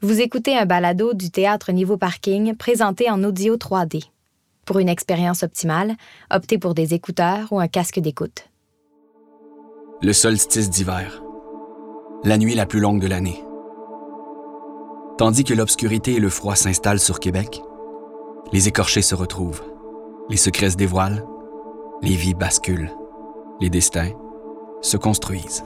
Vous écoutez un balado du théâtre Niveau Parking présenté en audio 3D. Pour une expérience optimale, optez pour des écouteurs ou un casque d'écoute. Le solstice d'hiver. La nuit la plus longue de l'année. Tandis que l'obscurité et le froid s'installent sur Québec, les écorchés se retrouvent, les secrets se dévoilent, les vies basculent, les destins se construisent.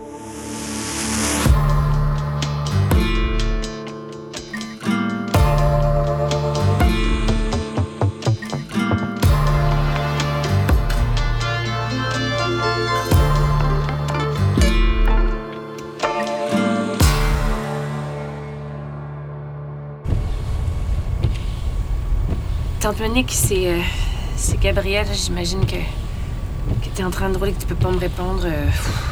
Tante Monique, c'est. euh, c'est Gabriel. J'imagine que. que t'es en train de rouler, que tu peux pas me répondre. euh, pff.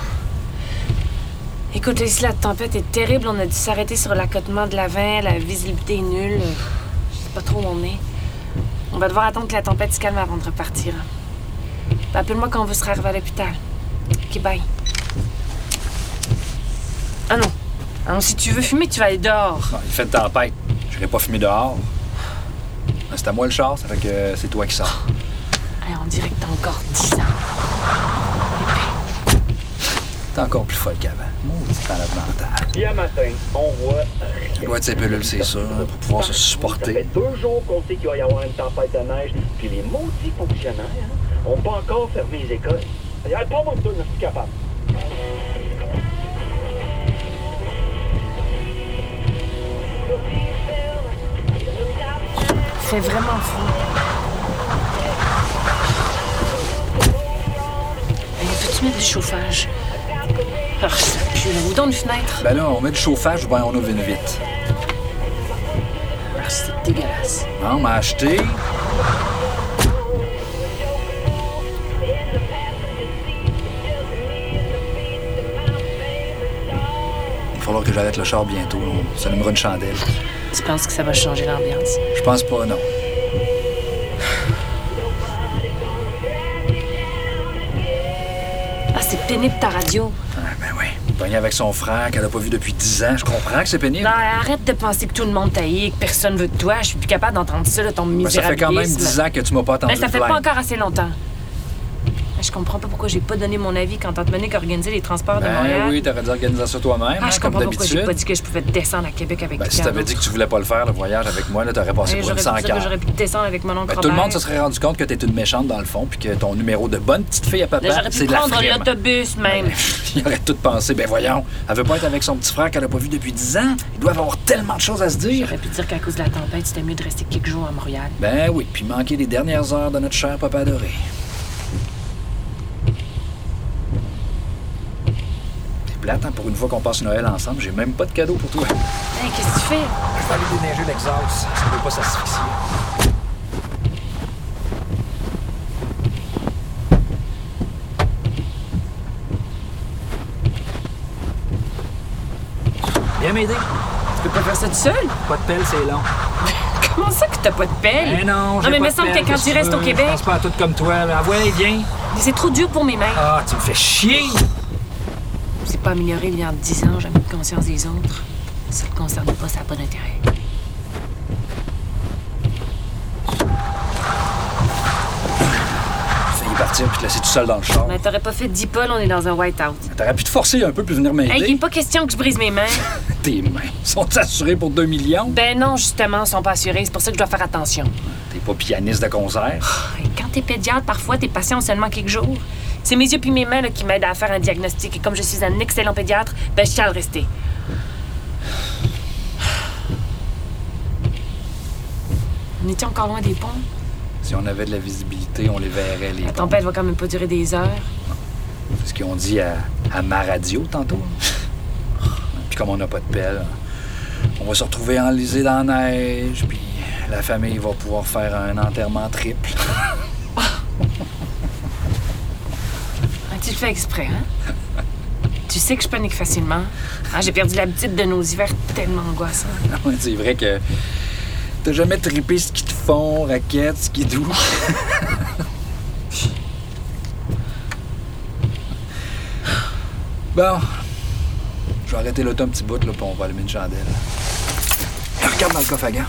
Écoute, ici, la tempête est terrible. On a dû s'arrêter sur l'accotement de l'avant. La visibilité est nulle. euh, Je sais pas trop où on est. On va devoir attendre que la tempête se calme avant de repartir. Ben, Appelle-moi quand vous serez arrivé à l'hôpital. Ok, bye. Ah non. Ah non, si tu veux fumer, tu vas aller dehors. Ah, Il fait de tempête. J'irai pas fumer dehors. Ah, C'est à moi le char, ça fait que c'est toi qui sors. Hey, on dirait que t'as encore 10 ans. T'es encore plus folle qu'avant. Maudit malade mental. Hier matin, on voit. Il doit être ses pilules, c'est sûr, pour pouvoir se Ça supporter. fait deux jours qu'on sait qu'il va y avoir une tempête de neige, puis les maudits fonctionnaires hein, ont pas encore fermé les écoles. D'ailleurs, pas moi de deux, je suis capable. fait vraiment froid. Hey, Peux-tu mettre du chauffage? Ah, ça pue, là. Ou dans une fenêtre? Ben là, on met du chauffage ou ben on ouvre une vite. Ah, c'est dégueulasse. Non, on m'a acheté. Il va falloir que j'arrête le char bientôt. On s'allumera une chandelle. Tu penses que ça va changer l'ambiance? Je pense pas, non. Ah, c'est pénible ta radio. Ah, ben oui. Pogné avec son frère qu'elle a pas vu depuis 10 ans. Je comprends que c'est pénible. Non, arrête de penser que tout le monde taillé, que personne veut de toi. Je suis plus capable d'entendre ça, là, ton Ben, ça misérabilisme. fait quand même 10 ans que tu m'as pas entendu Ben, ça fait pas plaindre. encore assez longtemps. Ben, Je comprends pas pourquoi j'ai pas donné mon avis quand Tante Monique organisait les transports de Ben Montréal. oui, t'aurais dû organiser ça toi-même, Ah, hein, je comme comprends pas pourquoi j'ai d'habitude. pas dit que je pouvais descendre à Québec avec Ben, si Ricardo. t'avais dit que tu voulais pas le faire, le voyage avec moi, là, t'aurais passé Ouais, pour J'aurais une pu dire que sans-cœur. j'aurais pu descendre avec mon oncle Ben, tout le Robert. monde se serait rendu compte que t'es une méchante dans le fond, puis que ton numéro de bonne petite fille à Là, papa, Ben, J'aurais pu c'est de la prendre frime. l'autobus même. Il aurait tout pensé, ben voyons, elle veut pas être avec son petit frère qu'elle a pas vu depuis 10 ans. Il doit avoir tellement de choses à se dire. J'aurais pu dire qu'à cause de la tempête, c'était mieux de rester quelques jours à Montréal. Ben oui, puis manquer les dernières heures de notre cher papa adoré. C'est plate, hein, pour une fois qu'on passe Noël ensemble, j'ai même pas de cadeau pour toi. Hey, qu'est-ce que tu fais? Je vais aller déneiger l'exhaust. Ça ne veut pas s'asphyxier. Viens m'aider. Tu peux pas faire ça T'es seul? Pas de pelle, c'est long. Comment ça que t'as pas de pelle? Mais Eh non, j'ai Non, mais pas me de semble pelle, que quand qu'est-ce tu restes veux? au Québec, Je pense pas à tout comme toi. là. Ah ouais, viens. c'est trop dur pour mes mains. Ah, tu me fais chier. C'est pas amélioré il y a 10 ans, jamais de conscience des autres. Ça le concerne pas, ça n'a pas d'intérêt. J'ai failli partir puis te laisser tout seul dans le char. Mais Ben, t'aurais pas fait 10 pas, là, on est dans un white-out. T'aurais pu te forcer un peu puis venir m'aider. Hey, il est pas question que je brise mes mains. Tes mains sont assurées pour 2 millions. Ben non, justement, ils sont pas assurés. C'est pour ça que je dois faire attention. T'es pas pianiste de concert. Et Quand t'es pédiatre, parfois, tes patients ont seulement quelques jours. C'est mes yeux puis mes mains là, qui m'aident à faire un diagnostic. Et comme je suis un excellent pédiatre, ben je tiens à le rester. On était encore loin des ponts. Si on avait de la visibilité, on les verrait, les La ponts. tempête va quand même pas durer des heures. C'est ce qu'ils ont dit à, à ma radio tantôt. puis comme on n'a pas de pelle, on va se retrouver enlisé dans la neige, puis la famille va pouvoir faire un enterrement triple. Ah, tu le fais exprès, hein? tu sais que je panique facilement. Ah, J'ai perdu l'habitude de nos hivers tellement angoissants. C'est vrai que t'as jamais trippé ce qu'ils te font, raquettes, ce qui doux. bon, je vais arrêter l'auto un petit bout, là, puis on va allumer une chandelle. Regarde dans le coffre à gants.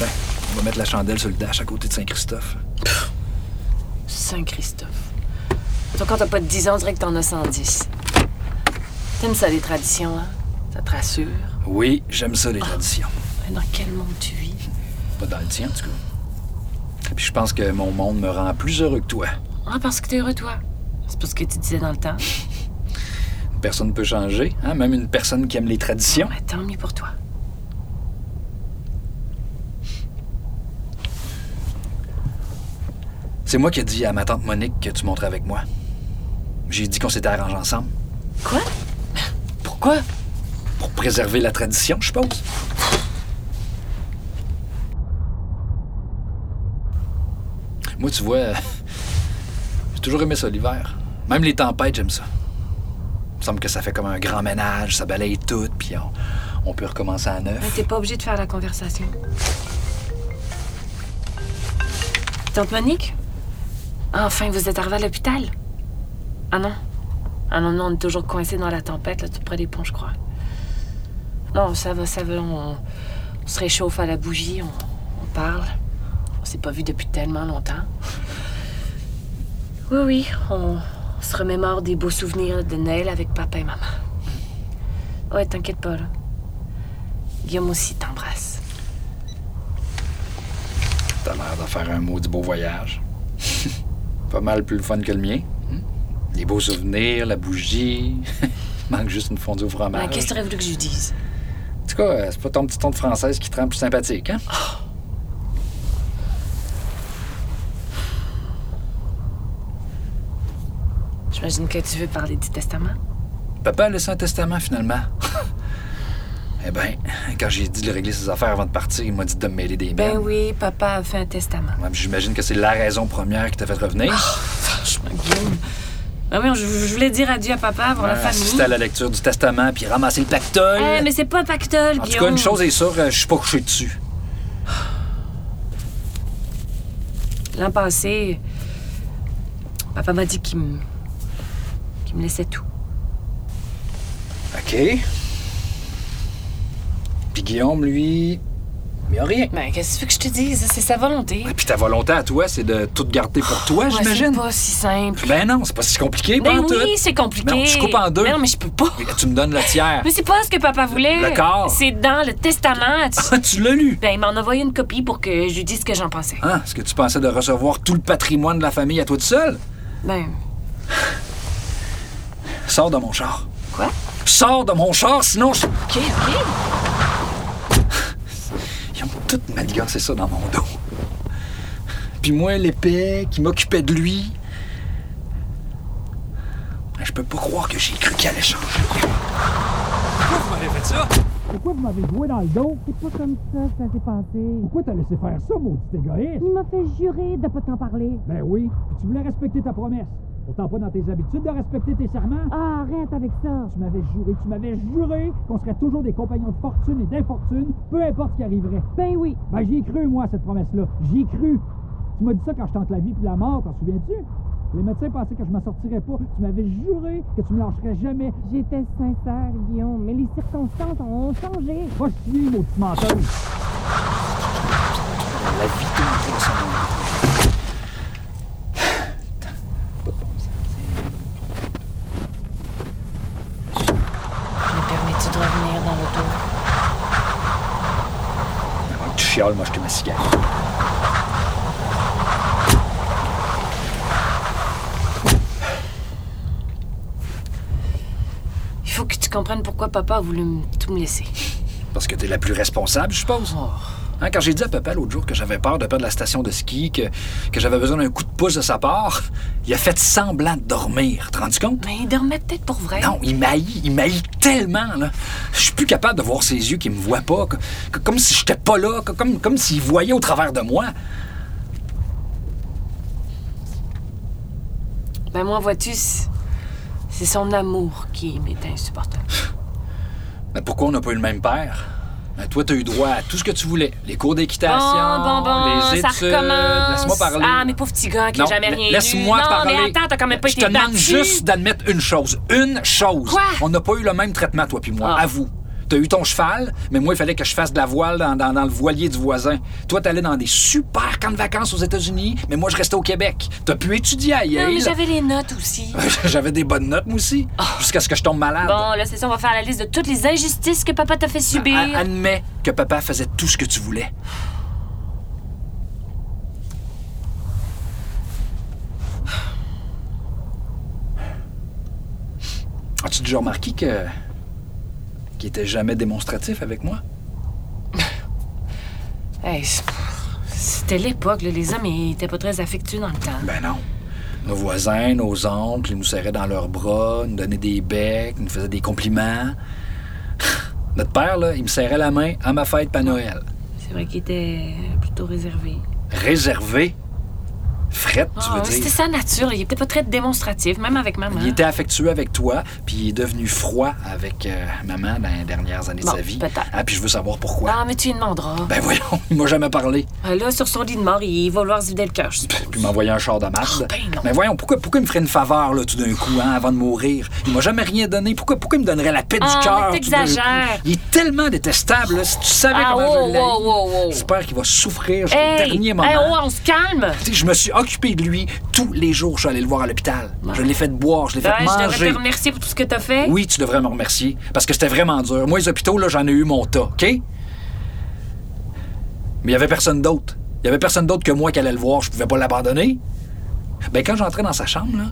Ben, on va mettre la chandelle sur le dash à côté de Saint-Christophe. Saint-Christophe. Toi, quand t'as pas de 10 ans, on dirait que t'en as 110. T'aimes ça, les traditions, hein? Ça te rassure. Oui, j'aime ça, les traditions. Mais dans quel monde tu vis? Pas dans le tien, en tout cas. Puis je pense que mon monde me rend plus heureux que toi. Ah, parce que t'es heureux, toi. C'est pas ce que tu disais dans le temps. Personne ne peut changer, hein? même une personne qui aime les traditions. Mais tant mieux pour toi. C'est moi qui ai dit à ma tante Monique que tu monterais avec moi. J'ai dit qu'on s'était arrangés ensemble Quoi? Pourquoi? pour préserver la tradition, je suppose. Moi, tu vois, j'ai toujours aimé ça l'hiver. Même les tempêtes, j'aime ça. Il me semble que ça fait comme un grand ménage, ça balaye tout, puis on, on peut recommencer à Mais neuf. t'es pas obligé de faire la conversation. Tante Monique? Enfin, vous êtes arrivée à l'hôpital? Ah non. Ah non, non, on est toujours coincé dans la tempête, là, tout près des ponts, je crois. Non, ça va, ça va. On, on se réchauffe à la bougie, on, on parle. On s'est pas vu depuis tellement longtemps. Oui, oui, on, on se remémore des beaux souvenirs de Noël avec papa et maman. Ouais, t'inquiète pas, là. Guillaume aussi t'embrasse. T'as l'air de faire un maudit beau voyage. Pas mal plus le fun que le mien. hein? Les beaux souvenirs, la bougie. Manque juste une fondue au fromage. Mais Qu'est-ce que t'aurais voulu que je lui dise? En tout cas, euh, c'est pas ton petit ton de française qui te rend plus sympathique, hein? J'imagine que tu veux parler du testament. Papa a laissé un testament, finalement. eh ben, quand j'ai dit de régler ses affaires avant de partir, il m'a dit de me mêler des miennes. Ben oui, papa a fait un testament. Ouais, puis J'imagine que c'est la raison première qui t'a fait revenir. Ah, Franchement, Guillaume. Ben oui, je, je voulais dire adieu à papa avant la Euh, assister famille. à la lecture du testament puis ramasser le pactole. Eh, mais c'est pas un pactole, en tout Guillaume. cas, une chose est sûre, euh, je suis pas couché dessus. L'an passé, papa m'a dit qu'il me... qu'il me laissait tout. OK. Puis Guillaume, lui, il a rien. Ben, qu'est-ce que tu veux que je te dise? C'est sa volonté. Et puis ta volonté à toi, c'est de tout garder pour toi, Ouais, Ah, c'est j'imagine. pas si simple. Ben non, c'est pas si compliqué, Ben pantoute. oui, c'est compliqué. Non, tu coupes en deux. Mais non, mais je peux pas. Mais Tu me donnes le tiers. Mais c'est pas ce que papa voulait. Le corps. C'est dans le testament. Tu- Ah, tu l'as lu. Ben, il m'en a envoyé une copie pour que je lui dise ce que j'en pensais. Hein? Est-ce que tu pensais de recevoir tout le patrimoine de la famille à toi tout seul? Ben, Sors de mon char. quoi? Sors de mon char, sinon je... OK, OK. Ils ont tout manigancé ça dans mon dos. Puis moi, l'épée qui m'occupait de lui... ben, Je peux pas croire que j'ai cru qu'il allait changer. Pourquoi vous m'avez fait ça? Pourquoi vous m'avez joué dans le dos? C'est pas comme ça que ça s'est passé. Pourquoi t'as laissé faire ça, maudit égoïste? Il m'a fait jurer de pas t'en parler. Ben oui, puis tu voulais respecter ta promesse. Pourtant pas dans tes habitudes de respecter tes serments. Ah, arrête avec ça. Tu m'avais juré, tu m'avais juré qu'on serait toujours des compagnons de fortune et d'infortune, peu importe ce qui arriverait. Ben oui. Ben j'y ai cru, moi, à cette promesse-là. J'y ai cru. Tu m'as dit ça quand je tente la vie puis la mort, t'en souviens-tu? Les médecins pensaient que je m'en sortirais pas. Tu m'avais juré que tu me lâcherais jamais. J'étais sincère, Guillaume, mais les circonstances ont changé. Va chier, maudit menteuse. La vie tourne autour de son monde. Me permets-tu de revenir dans l'auto? Avant que tu chiales, moi, je te ma cigarette. Il faut que tu comprennes pourquoi papa a voulu me- tout me laisser. Parce que t'es la plus responsable, je suppose. Oh. Hein, quand j'ai dit à papa l'autre jour que j'avais peur de perdre la station de ski, que, que j'avais besoin d'un coup de pouce de sa part, il a fait semblant de dormir. T'as rendu compte? Mais il dormait peut-être pour vrai. Non, il m'haït. Il m'haït tellement, là. Je suis plus capable de voir ses yeux qui me voient pas. que- que- comme si j'étais pas là. que- comme, comme s'il voyait au travers de moi. Ben moi, vois-tu, c'est c'est son amour qui m'est insupportable. Mais pourquoi on n'a pas eu le même père? Mais toi, t'as eu droit à tout ce que tu voulais. Les cours Bon, d'équitation, bon, bon, les ça études. recommence. Laisse-moi parler. Ah, mais pauvre petit gars qui n'a Non, jamais mais rien lu. Laisse-moi non, parler. mais attends, t'as quand même pas Je été te demande battu. juste d'admettre une chose. Une chose. Quoi? On n'a pas eu le même traitement, toi puis moi. Ah. Avoue. T'as eu ton cheval, mais moi, il fallait que je fasse de la voile dans, dans- dans le voilier du voisin. Toi, t'allais dans des super camps de vacances aux États-Unis, mais moi, je restais au Québec. T'as pu étudier à Non, Yale. mais j'avais les notes aussi. J'avais des bonnes notes, moi aussi. Jusqu'à ce que je tombe malade. Bon, là, c'est ça, on va faire la liste de toutes les injustices que papa t'a fait subir. A- Admets que papa faisait tout ce que tu voulais. As-tu déjà remarqué que. qu'il était jamais démonstratif avec moi? Hey, c'est- c'était l'époque, là, les hommes, ils étaient pas très affectueux dans le temps. Ben non. Nos voisins, nos oncles, ils nous serraient dans leurs bras, nous donnaient des becs, nous faisaient des compliments. Notre père, là, il me serrait la main à ma fête, pas à Noël. C'est vrai qu'ils étaient plutôt réservés. Réservé. Fred, tu Ah, veux ouais, dire? C'était sa nature, là. il était pas très démonstratif, même avec maman. Il était affectueux avec toi, puis il est devenu froid avec euh, maman dans les dernières années Bon, de sa vie. peut-être. Ah, puis je veux savoir pourquoi. Ah, mais tu lui demanderas. Ben voyons, il m'a jamais parlé. Ah, Là, sur son lit de mort, il va vouloir se vider le cœur, je suppose. Puis il m'a envoyé un char de Ah, marde. ben non. Mais voyons, pourquoi, pourquoi il me ferait une faveur là, tout d'un coup, hein, avant de mourir? Il m'a jamais rien donné. Pourquoi, pourquoi il me donnerait la paix Ah, du cœur? mais tout d'un t'exagères. coup? Il est tellement détestable, là, si tu savais Ah, comment wow, je l'ai. wow, wow, wow. J'espère qu'il va souffrir jusqu'au Hey! dernier moment. Hey, oh, on se calme! Tu sais, Je me suis occupé de lui tous les jours. Je suis allé le voir à l'hôpital. Je l'ai fait boire, je l'ai fait Ben, je devrais manger. te remercier pour tout ce que t'as fait. Oui, tu devrais me remercier, parce que c'était vraiment dur. Moi, les hôpitaux, là, j'en ai eu mon tas, OK? Mais il y avait personne d'autre. Il y avait personne d'autre que moi qui allait le voir. Je pouvais pas l'abandonner. Ben, quand j'entrais dans sa chambre, là,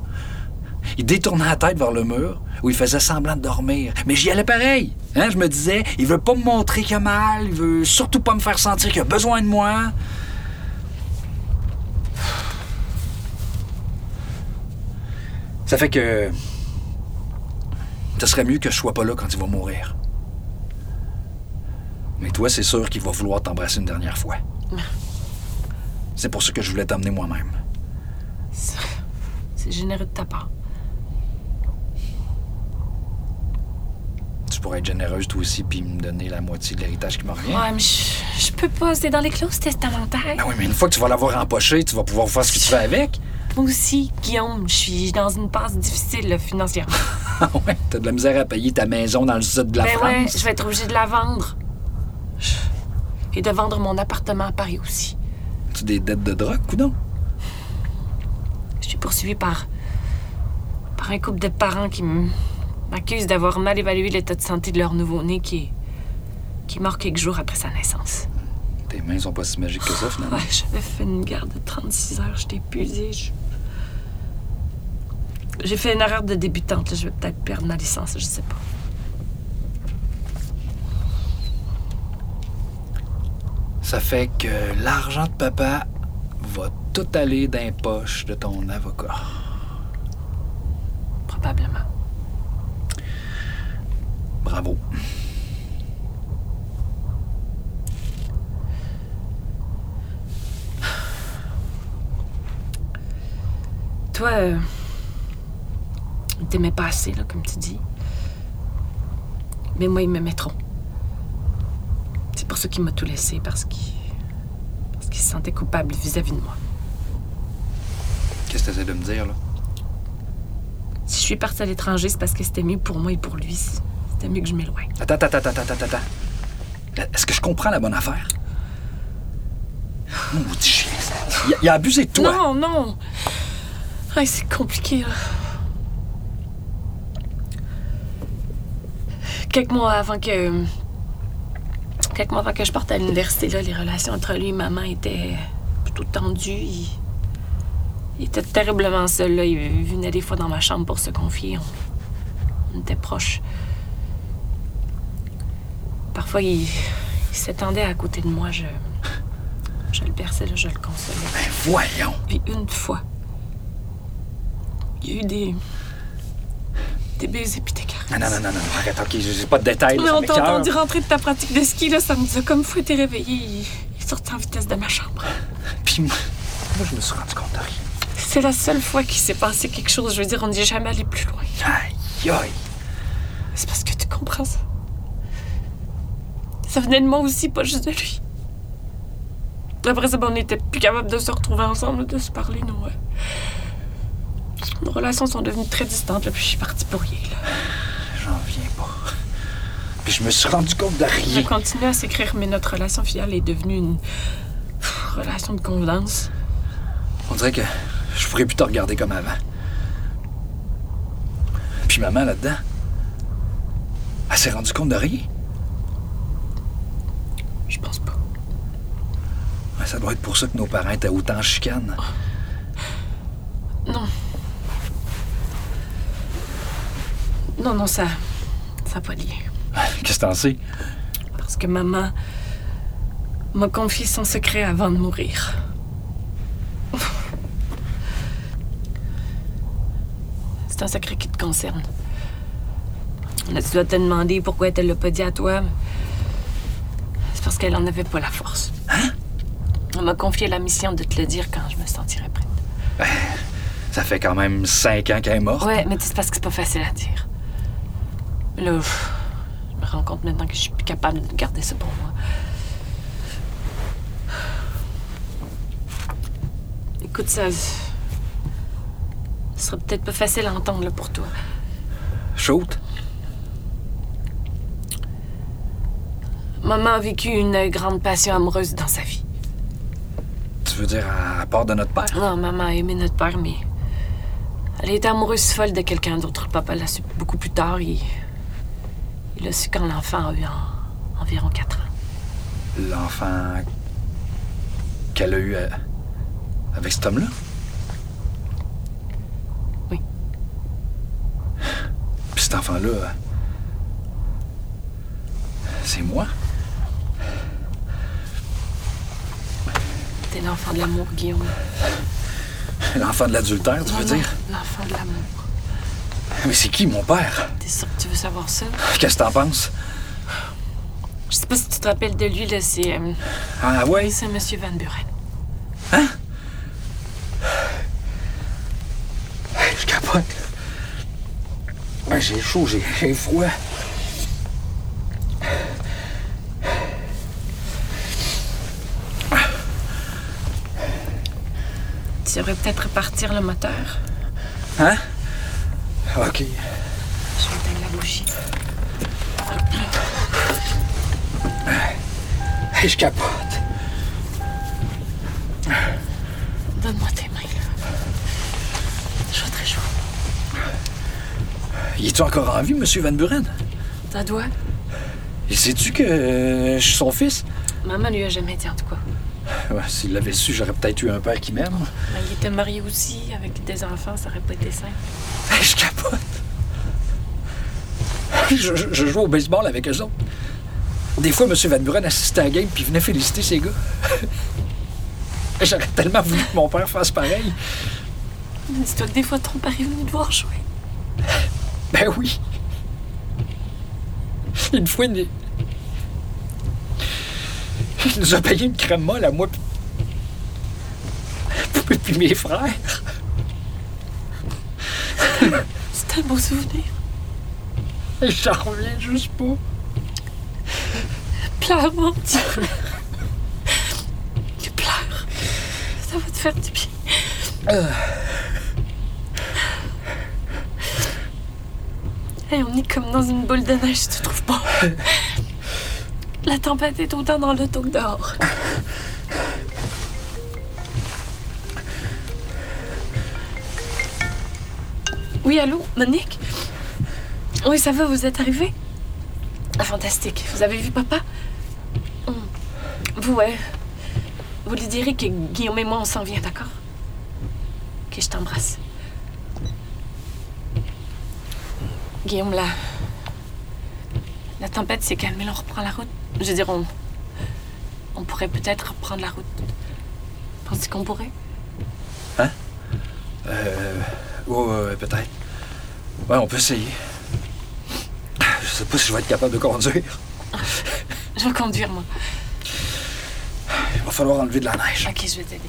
il détournait la tête vers le mur où il faisait semblant de dormir. Mais j'y allais pareil. Hein? Je me disais, il veut pas me montrer qu'il a mal, il veut surtout pas me faire sentir qu'il a besoin de moi. Ça fait que ce serait mieux que je sois pas là quand il va mourir. Mais toi, c'est sûr qu'il va vouloir t'embrasser une dernière fois. C'est pour ça que je voulais t'emmener moi-même. C'est généreux de ta part. Tu pourrais être généreuse toi aussi puis me donner la moitié de l'héritage qui me revient. Ouais, mais je je peux pas, c'est dans les clauses testamentaires. Ben oui, mais une fois que tu vas l'avoir empoché, tu vas pouvoir faire ce que tu fais avec. Moi aussi, Guillaume, je suis dans une passe difficile là, financièrement. Ah ouais, t'as de la misère à payer ta maison dans le sud de la ben ouais, France. je vais être obligée de la vendre. Je- Et de vendre mon appartement à Paris aussi. Tu des dettes de drogue, coudon? Je suis poursuivie par. par un couple de parents qui m- m'accusent d'avoir mal évalué l'état de santé de leur nouveau-né qui est. qui est mort quelques jours après sa naissance. Tes mains sont pas si magiques que ça, finalement. Ouais, j'avais fait une garde de 36 heures, j'étais épuisée. je- J'ai fait une erreur de débutante, là, je vais peut-être perdre ma licence, je sais pas. Ça fait que l'argent de papa va tout aller dans les poches de ton avocat. Probablement. Bravo. Toi, euh, il t'aimait pas assez, là, comme tu dis. Mais moi, ils m'aimait trop. C'est pour ça qu'il m'a tout laissé, parce qu'il. parce qu'il se sentait coupable vis-à-vis de moi. Qu'est-ce que t'essaies de me dire, là? Si je suis partie à l'étranger, c'est parce que c'était mieux pour moi et pour lui. C'était mieux que je m'éloigne. Attends, attends, attends, attends, attends, attends. Est-ce que je comprends la bonne affaire? Oh, Maudit chien, ça. Il a, il a abusé de toi. Non, non! Ouais, c'est compliqué, là. Quelques mois avant que. Quelques mois avant que je parte à l'université, là, les relations entre lui et maman étaient plutôt tendues. Il, il était terriblement seul, là. Il venait des fois dans ma chambre pour se confier. On, on était proches. Parfois, il, il s'étendait à côté de moi. Je, je le berçais, là, je le consolais. Ben voyons. Puis une fois, il y a eu des. des baisers puis des caresses. Non, Ah, non, non, non, non. Arrête, OK, j'ai j'ai pas de détails. là, Mais ça on t'a m'écoeure. entendu rentrer de ta pratique de ski, là, ça me disait comme fouetté réveillé. Il, il est sorti en vitesse de ma chambre. Puis moi, moi, je me suis rendu compte de rien. C'est la seule fois qu'il s'est passé quelque chose. Je veux dire, on n'est jamais allé plus loin. Aïe, aïe. C'est parce que tu comprends ça. Ça venait de moi aussi, pas juste de lui. Après ça, ben, on n'était plus capable de se retrouver ensemble, de se parler. Nos, euh, nos relations sont devenues très distantes, là, puis je suis partie pour rien. Là. J'en viens pas. Puis je me suis rendu compte de On rien. continue à s'écrire, mais notre relation filiale est devenue une pff, relation de convenance. On dirait que je pourrais plus te regarder comme avant. Puis maman là-dedans, elle s'est rendue compte de rien. Je pense pas. Ouais, Ça doit être pour ça que nos parents étaient autant en chicane. Non, non, ça. Ça n'a pas de lien. Qu'est-ce que t'en sais? Parce que maman m'a confié son secret avant de mourir. C'est un secret qui te concerne. Là, tu dois te demander pourquoi elle ne l'a pas dit à toi. C'est parce qu'elle n'en avait pas la force. Hein? Elle m'a confié la mission de te le dire quand je me sentirais prête. Ça fait quand même cinq ans qu'elle est morte. Ouais, mais tu sais, c'est parce que c'est pas facile à dire. Là, pff, je me rends compte maintenant que je suis plus capable de garder ça pour moi. Écoute, ça. Ce serait peut-être pas facile à entendre là, pour toi. Chaude? Maman a vécu une grande passion amoureuse dans sa vie. Tu veux dire à, à part de notre père? Non, Ah, maman a aimé notre père, mais. Elle était amoureuse folle de quelqu'un d'autre. Le Papa l'a su beaucoup plus tard. Il. Il l'a su quand l'enfant a eu en- environ 4 ans. L'enfant qu'elle a eu euh, avec cet homme-là? Oui. Puis cet enfant-là, euh, c'est moi? T'es l'enfant de l'amour, Guillaume. L'enfant de l'adultère, tu veux Non, non, dire? L'enfant de l'amour. Mais c'est qui, mon père? T'es sûr que tu veux savoir ça? Qu'est-ce que t'en penses? Je sais pas si tu te rappelles de lui, là, c'est. euh, Ah ouais? c'est Monsieur Van Buren. Je capote. là. Ouais, j'ai chaud, j'ai j'ai froid. Tu devrais peut-être repartir le moteur. Hein? OK. Je vais éteindre la bougie. Hey, Je capote. Donne-moi tes mains, là. Je vais très chaud. Il est-tu encore en vie, Monsieur Van Buren? T'as doigt? Et sais-tu que euh, je suis son fils? Maman lui a jamais dit en tout cas. Ouais, S'il l'avait su, j'aurais peut-être eu un père qui m'aime. Mais Ben, il était marié aussi, avec des enfants, ça aurait pas été simple. Hey, Je capote. Je, je- je joue au baseball avec eux autres. Des fois, M. Van Buren assistait à la game puis venait féliciter ses gars. J'aurais tellement voulu que mon père fasse pareil. Dis-toi que des fois, ton père est venu te voir jouer. Ben oui. Une fois, il... il nous a payé une crème molle à moi puis- puis- puis mes frères. C'est un beau souvenir. J'en reviens juste pas. Pleure, mon petit frère. Tu pleures. Ça va te faire du bien. Hey, on est comme dans une boule de neige, tu trouves pas? La tempête est autant dans l'auto que dehors. Oui, allô, Monique? Oui, ça va, vous êtes arrivés? Ah, Fantastique. Vous avez vu papa? Hum. Vous, ouais. Vous lui direz que Guillaume et moi, on s'en vient, d'accord? Que je t'embrasse. Guillaume, la... La tempête s'est calmée, là, on reprend la route. Je veux dire, on... On pourrait peut-être reprendre la route. Penses-tu qu'on pourrait? Euh. Ouais, ouais, ouais, peut-être. Ouais, on peut essayer. Je sais pas si je vais être capable de conduire. Je vais conduire, moi. Il va falloir enlever de la neige. Ok, je vais t'aider.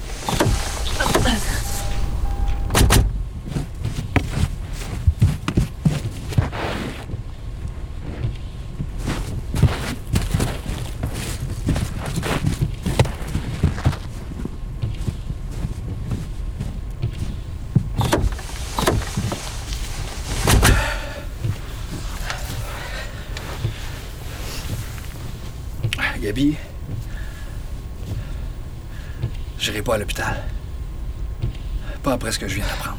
Gabi, j'irai pas à l'hôpital. Pas après ce que je viens d'apprendre.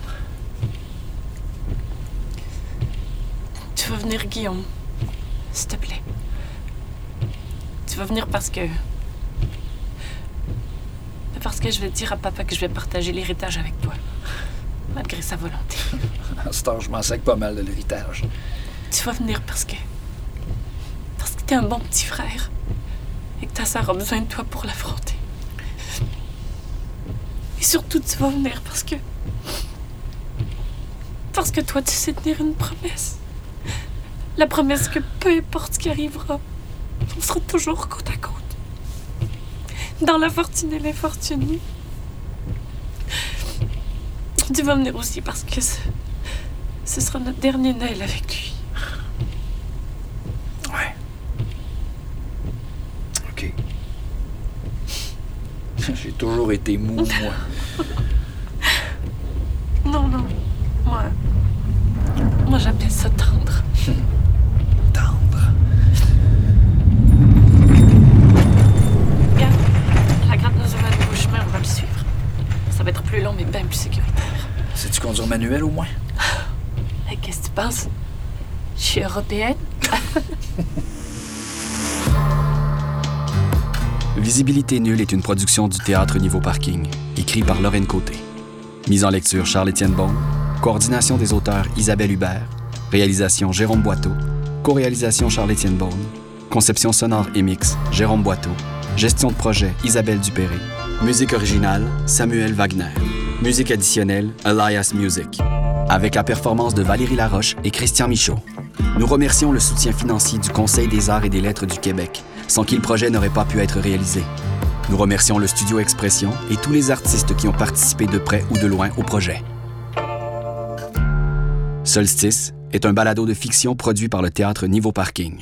Tu vas venir, Guillaume. S'il te plaît. Tu vas venir parce que. Parce que je vais dire à papa que je vais partager l'héritage avec toi. Malgré sa volonté. À ce temps, je m'en sacre pas mal de l'héritage. Tu vas venir parce que. Parce que t'es un bon petit frère. Et que ta sœur a besoin de toi pour l'affronter. Et surtout, tu vas venir parce que. Parce que toi, tu sais tenir une promesse. La promesse que peu importe ce qui arrivera, on sera toujours côte à côte. Dans la fortune et l'infortune. Tu vas venir aussi parce que ce, ce sera notre dernier Noël avec lui. Ouais. OK. J'ai toujours été mou, moi. Non, non. Moi. Moi, j'appelle ça tendre. Tendre. Regarde, la grappe nous ouvre un nouveau chemin, on va le suivre. Ça va être plus long, mais bien plus sécuritaire. Sais-tu conduire manuel au moins? Hey, Qu'est-ce que tu penses? Je suis européenne? Visibilité nulle est une production du Théâtre Niveau Parking, écrit par Lorraine Côté. Mise en lecture Charles-Étienne Bon, coordination des auteurs Isabelle Hubert, réalisation Jérôme Boiteau, co-réalisation Charles-Étienne Bon, conception sonore et mix Jérôme Boiteau, gestion de projet Isabelle Dupéré, musique originale Samuel Wagner, musique additionnelle Elias Music, avec la performance de Valérie Laroche et Christian Michaud. Nous remercions le soutien financier du Conseil des arts et des lettres du Québec, sans qui le projet n'aurait pas pu être réalisé. Nous remercions le Studio Expression et tous les artistes qui ont participé de près ou de loin au projet. Solstice est un balado de fiction produit par le théâtre Niveau Parking.